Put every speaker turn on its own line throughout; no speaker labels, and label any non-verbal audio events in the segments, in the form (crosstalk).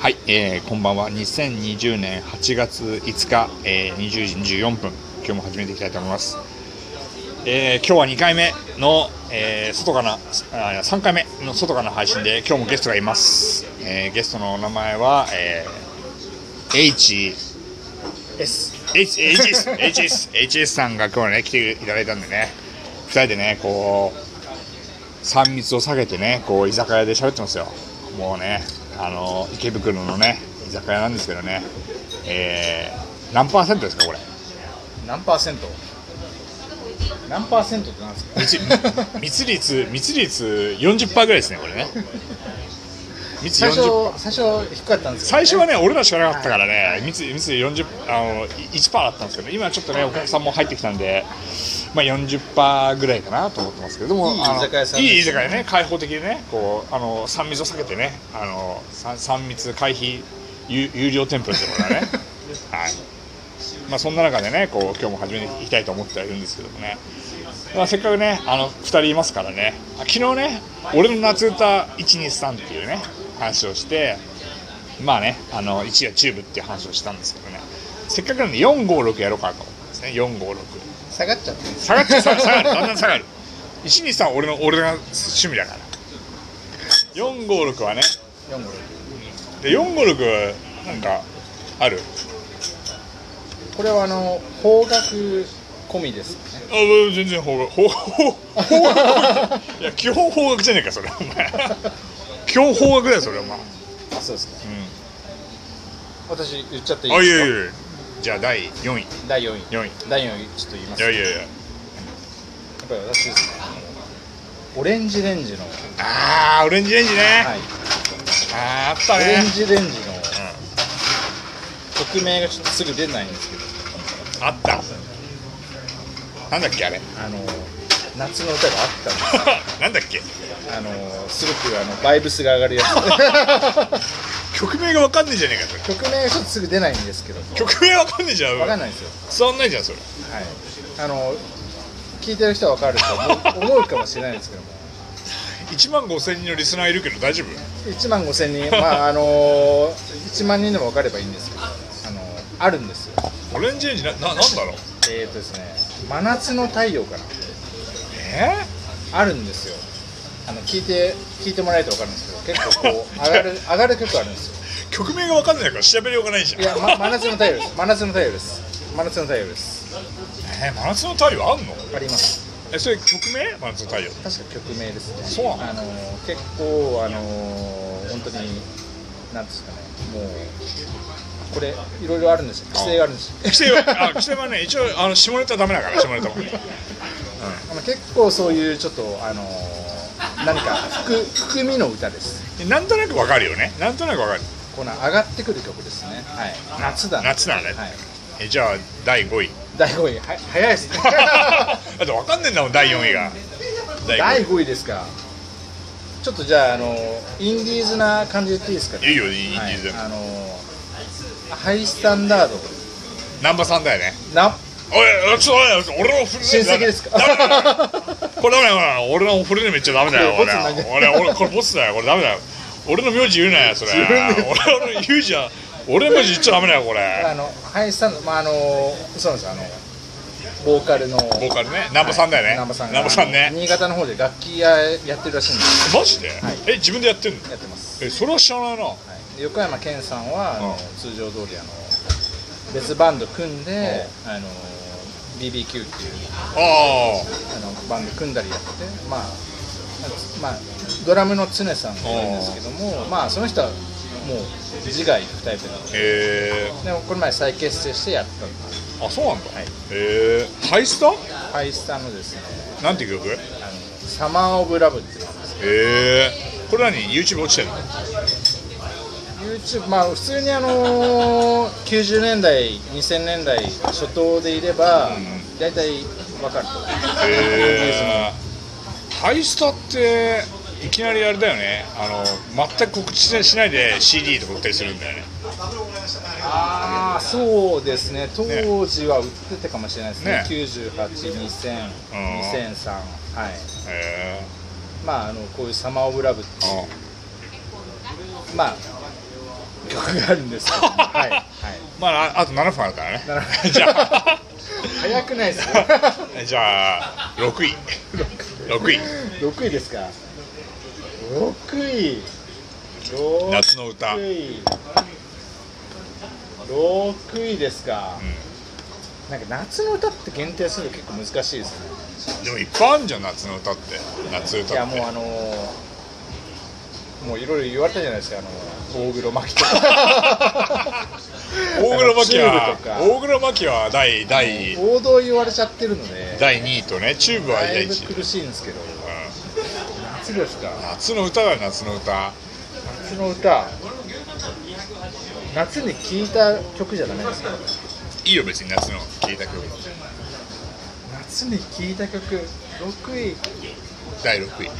はい、えーこんばんは。2020年8月5日、えー20時24分、今日も始めていきたいと思います。えー今日は2回目の、えー外かな、あ3回目の外かな配信で、今日もゲストがいます。えーゲストのお名前は、えー H、
です。
H、HS、HS、HS さんが今日はね、来ていただいたんでね、2人でね、こう、3密を下げてね、こう、居酒屋で喋ってますよ。もうね、あの、池袋のね、居酒屋なんですけどね、えー、何パーセントですか、これ。
何パーセント？何パーセントってなんですか？ (laughs)
密密率、密率40%ぐらいですね、これね。密
最初
40%。
最初低かったんですけど
最初はね、俺らしかなかったからね、密密で40あのい1%だったんですけど、今ちょっとね、お客さんも入ってきたんで、まあ、40%ぐらいかなと思ってますけども、
いい
あの
居酒屋さん
い
ですね
い居酒屋ね、開放的でね、こうあの3密を避けてね、あの 3, 密回避有有料店舗ですよ、これはね。はいまあ、そんな中でね、こう今日も始めていきたいと思ってはいるんですけどもね、まあ、せっかくね、あの2人いますからね、あ昨日ね、俺の夏歌123っていうね、話をして、まあね、あの1位はチューブっていう話をしたんですけどね、せっかくなんで456やろうかなと思ったんですね、456。
下がっちゃったんです。
下がっちゃう、下 (laughs) がる、だんだん下がる。123は俺の俺が趣味だから。456はね、
四五
で456、なんかある。
これはあの方角込みですよね。
あうん全然方角方方方 (laughs) 角いや基本方角じゃねえかそれお前基本方角だよそれお前、うん、
あそうですね。私言っちゃっていい
あい
です
や
か？
いやいやじゃあ第4位
第四位。
4位
第四位ちょっと言いま
い
す。
や
や
いやいや
っぱり私ですね。オレンジレンジの、
あーオレンジレンジね、
はい、
あーあった
オ
ね
レンジレンジの曲名がちょっとすぐ出ないんですけど、
あったなんだっけあれ (laughs)
あの夏の歌があったんです。
なんだっけ
あのすごくあのバイブスが上がるやつ。 (laughs)
曲名が分かんねえじゃねえかそれ
曲名がちょっとすぐ出ないんですけど
曲名分かんねえじゃん
わかん
ない
ないんですよ
伝わんないじゃんそれ
はいあの聞いてる人はわかると思う思うかもしれないんですけども
1万5000人のリスナーいるけど大丈夫
1万5千人まああの1万人でもわかればいいんですけどあのあるんですよ
オレンジレンジなななんだろう
えっ、とですね「真夏の太陽」かな
え
あるんですよあの聞いて聞いてもらえるとわかるんですけど結構こう上がる上がる曲あるんですよ
ー、曲名が分かんないから調べようがないじゃん
いや、ま、真夏の太陽です真夏の太陽です真夏の太陽です
(laughs) えー、真夏の太陽あんの
あります
えそれ曲名真夏の太陽
確か曲名ですね
そうなの
あの結構あの本当になんですかねもうこれいろいろあるんですよ規制があるんですよ
規制
(laughs)
はあ規制はね一応あの下ネタダメだから下ネタもね
あの結構そういうちょっとあの何か含含みの歌です
でなんとなくわかるよねなんとなくわかる
この上がってくる曲ですねはい夏だね
夏だね
はい、
えじゃあ第5位
(laughs) 第5位は早いです
(laughs)
ね
だってわかんねえんだもん第4位が第5
第5位ですかちょっとじゃああのインディーズな感じで言っていいですか
位いいよインディーズ
はい、あのハイスタンダード
難波さんだよね
な
おいそうだよ俺のフルネーム
親戚ですか
ダメだよこれダメだよ俺のフルネーム言っちゃダメだよ
こ
俺
れボツになる
俺俺これボスだよこれダメだよ俺の名字言うなよそれ
自分で
俺の言うじゃん俺の名字言っちゃダメだよこれ
あのハイスタンド、まあ、あのそうなんですよあのボーカルの
ボーカルね難波さんだよね
南波さんが
難波さん
あ
ね
の新潟の方で楽器屋やってるらしいんです
マジで、
い
え自分でやってんの
やってます、
えそれは知らないな
はい、で横山健さんは、あ
うん
の通常通りあの別バンド組んで、あの BBQ っていう
あ
あのバンド組んだりやっててまあまあ、ドラムの常さんがいるんですけども、まあ、その人はもう自害行くタイプなの
ーへえ
ででもこの前再結成してやったんです
あそうなんだ、
はい
へえハイスタ
ハイスタのですね
なんていう曲へ
あのサマー・オブ・ラブっていうのが
えこれ何 YouTube 落ちてんの
YouTube まあ普通にあのー、90年代2000年代初頭でいれば
うん
大体わかると思う
へえハイスタっていきなりあれだよねあの全く告知しないで CD とか売ったりするんだよね
ああそうですね当時は売ってたかもしれないですね
ね
9820002003
ん
はい
へえ
まああのこういう「サマー・オブ・ラブ」っていうまあ曲があるんです (laughs) けどもはい、はい、
まあああと7分あるからね
7分
じゃあ
早くないですか (laughs)
じゃあ6位6位
6位ですか6位6位
夏の歌
6位ですか、なんか夏の歌って限定するの結構難しいですね
でもいっぱいあるじゃん夏の歌って夏歌って
いやもうあのー、もういろいろ言われたじゃないですかあのー大黒摩季とか
(laughs) 大黒摩季
あの
は
チューブと
大黒摩季は第第、
か王道言われちゃってるので
第2位とねチューブは
だ
第
いぶ
1位、うん
苦しいんですけど夏ですか
夏の歌だよ夏の歌
夏の歌夏に聴いた曲じゃダメですか
いいよ別に夏の聴いた曲
夏に聴いた曲6位
第6位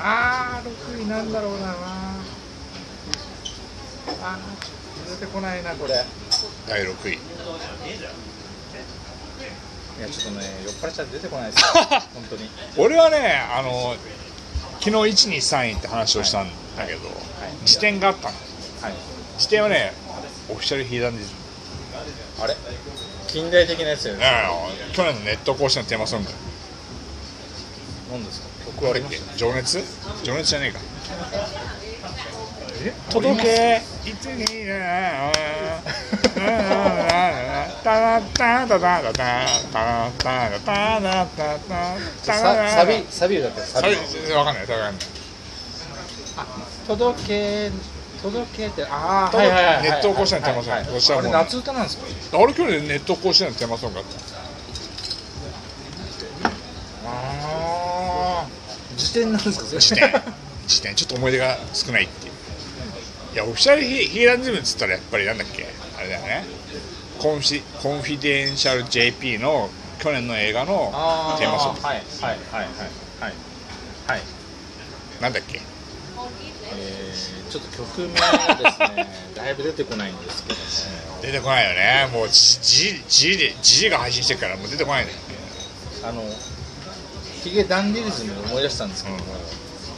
あー6位なんだろうなあー出てこないなこれい
第6位
やちょっとね酔っ払っちゃって出てこないですよ (laughs) 本当にはい
俺はねあの昨日123位って話をしたんだけど、辞典があったの辞典はねオフィシャルヒーダンディズム
あれ近代的なやつよね
うん去年のネット甲子園のテーマソング
何ですか曲
こ
あ
れ
り
っ
ま
け
した
情熱情熱じゃねえか
え
届
あり
けいつになタラッタタタタタタタタタタ
ま
タ
すさサビサビ歌ってサ
サ
ビ
ビわかんないわかんない
届け届けてああ
届け熱湯甲子園のテーマソングこちら
あ
も
れ夏歌なんですか
俺去年ネット甲子園のテーマソングだった
ああ辞典なんですかそれ
時点時点ちょっと思い出が少ないっていういやオフィシャルヒヒーランズムっつったらやっぱりなんだっけあれだよねコンフィコンフィデンシャル JP の去年の映画の
あー
テーマソング
はいはいはいはいはいはい
なんだっけ
えー、ちょっと曲名がです
(laughs)
ねだいぶ出てこないんですけどね
出てこないよねもうじじじでじじが配信してるからもう出てこないね
あのヒゲダンディリズムで思い出したんですけども、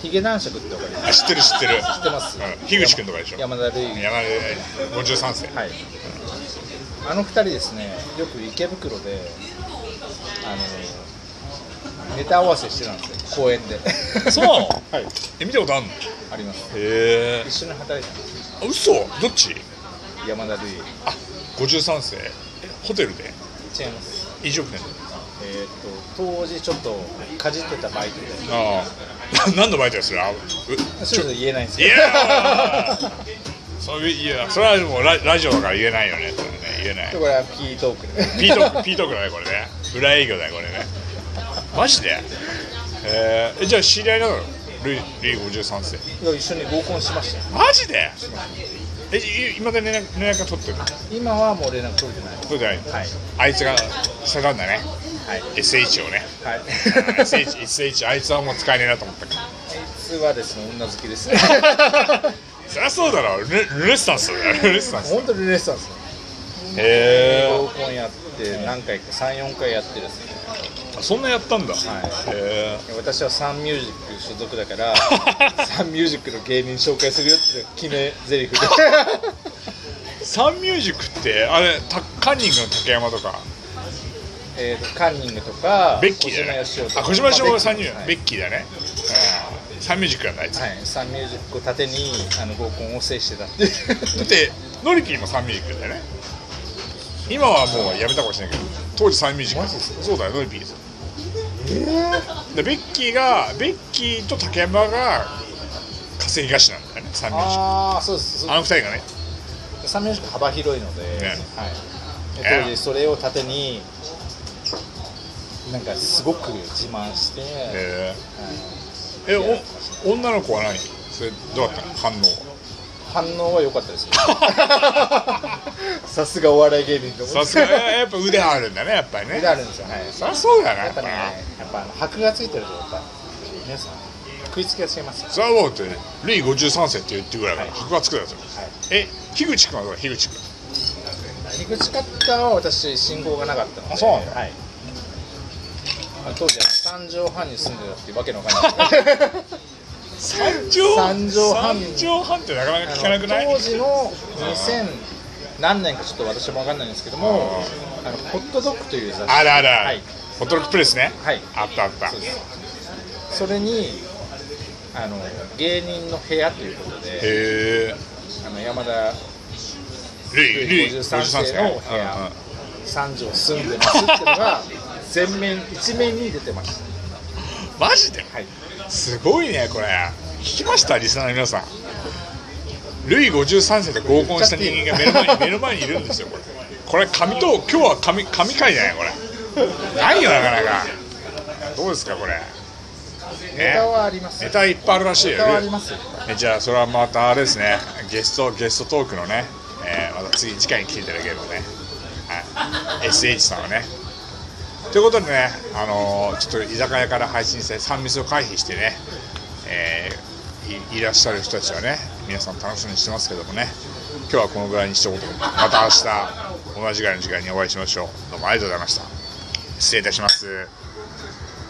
ヒゲ男爵ってわかります
あ知ってる知ってる
知ってます
うん、樋口君とかでしょ山
山田るい
で53世
はいあの二人ですねよく池袋であのネタ合わせしてたんですよ公園で
そう
(laughs) はい
え見たことあんのへ
あります
え
一緒に働いてたんです
嘘どっち
山田るい
あ53世えホテルで
違います
飲食店で
えー、と当時ちょっとかじってたバイトで
ああ (laughs) 何のバイトですかあう
それぞれ言えないんです
い
けど
やーそういういやそれはもうララジオだから言えないよねそれね言えない
(laughs) これはピートークで
ピート
(laughs)
ークピートークだねこれね裏営業だねこれねマジでえー、えじゃあ知り合いなのルイルイ53世
いや一緒に合コンしましたよ
マジでえいまだ連絡連絡が取ってる
今はもう連絡取れてない
取ってない、
はい
あいつが下がんだね
はい
SH をね
はい (laughs)
SH, SH あいつはもう使えねえなと思ったから
実はですね女好
(laughs)
きですね
そりゃそうだろルルネッサンスだよルネッサンス
本当にレッサンス
へ
合コンやって何回か34回やってですね
あそんなやったんだ、
はい
へ
私はサンミュージック所属だから
(laughs)
サンミュージックの芸人紹介するよっていう決め
(laughs)
台詞で
えサンミュージックってあれタカンニングの竹山とか
えーとカンニングとか
ベッキーだよね
小島よしおとか
あ小島よしおがサンミュ
はい
ーベッキーだね、うんサンミュージックやんないつ、
はい、サンミュージックを盾にあの合コンを制してたっていう (laughs)
だってノリピーもサンミュージックだよね今はもうやめたかもしれないけど当時サンミュージック
マジです
そうだよノリピーですよ
え
でベッキーがベッキーと竹山が稼ぎ頭なんだよねサンミュージッ
ああそうですそう
クあの二人がね
ですサンミュージック幅広いので、
ね
はい、
ね
で当時それを盾になんかすごく自慢して、
え
はい
ーえお女の子は何それどうだったの
(laughs)
反応は
反応は良かったですよ (laughs) さすがお笑い芸人と思
さすがやっぱ腕あるんだねやっぱりね
であるんですよはい
そりゃそうだな
や
や
っ
っ
ぱ
ぱ
ね
ね
やっぱあの箔がついてるとやっぱ皆さん食いつきが違いますよ
それはもうってルイ53世って言ってるぐらいだから箔がつくだろ
はい
え樋口君はどう樋口君
入り口カッターは私信号がなかったので
あそうなんだ
はいまあ当時は三畳半に住んでたっていうわけのわかんない
三畳
三畳半
三畳半ってなかなか聞かなくない
当時の2000何年かちょっと私も分かんないんですけどもあのホットドッグという雑誌
あるあるある、
はい
ホットロックプレスね、
はい
あったあった
そうですそれにあの芸人の部屋ということで
へえ
あの山田
ルイルイ
53世の部
うんうん
屋三条住んでますっていうのが全面一面に出てました
マジで
はい
すごいねこれ聞きましたリスナーの皆さんルイ53世と合コンした人間が目の前に目の
(laughs)
前にいるんですよこれこれ神と今日は神神回じゃないこれないよなかなかどうですかこれ
ネタはあります
ネタいっぱいあるらしい
ネ
よ
タはありますよ
えじゃあそれはまたあれですねゲストゲストトークのね、えーまた次次回に来ていただければね、はい、SH さんはねということでね、あのーちょっと居酒屋から配信して3密を回避してね、えーいいらっしゃる人たちはね皆さん楽しみにしてますけどもね今日はこのぐらいにしておこうと思いますまた明日同じぐらいの時間にお会いしましょうどうもありがとうございました失礼いたします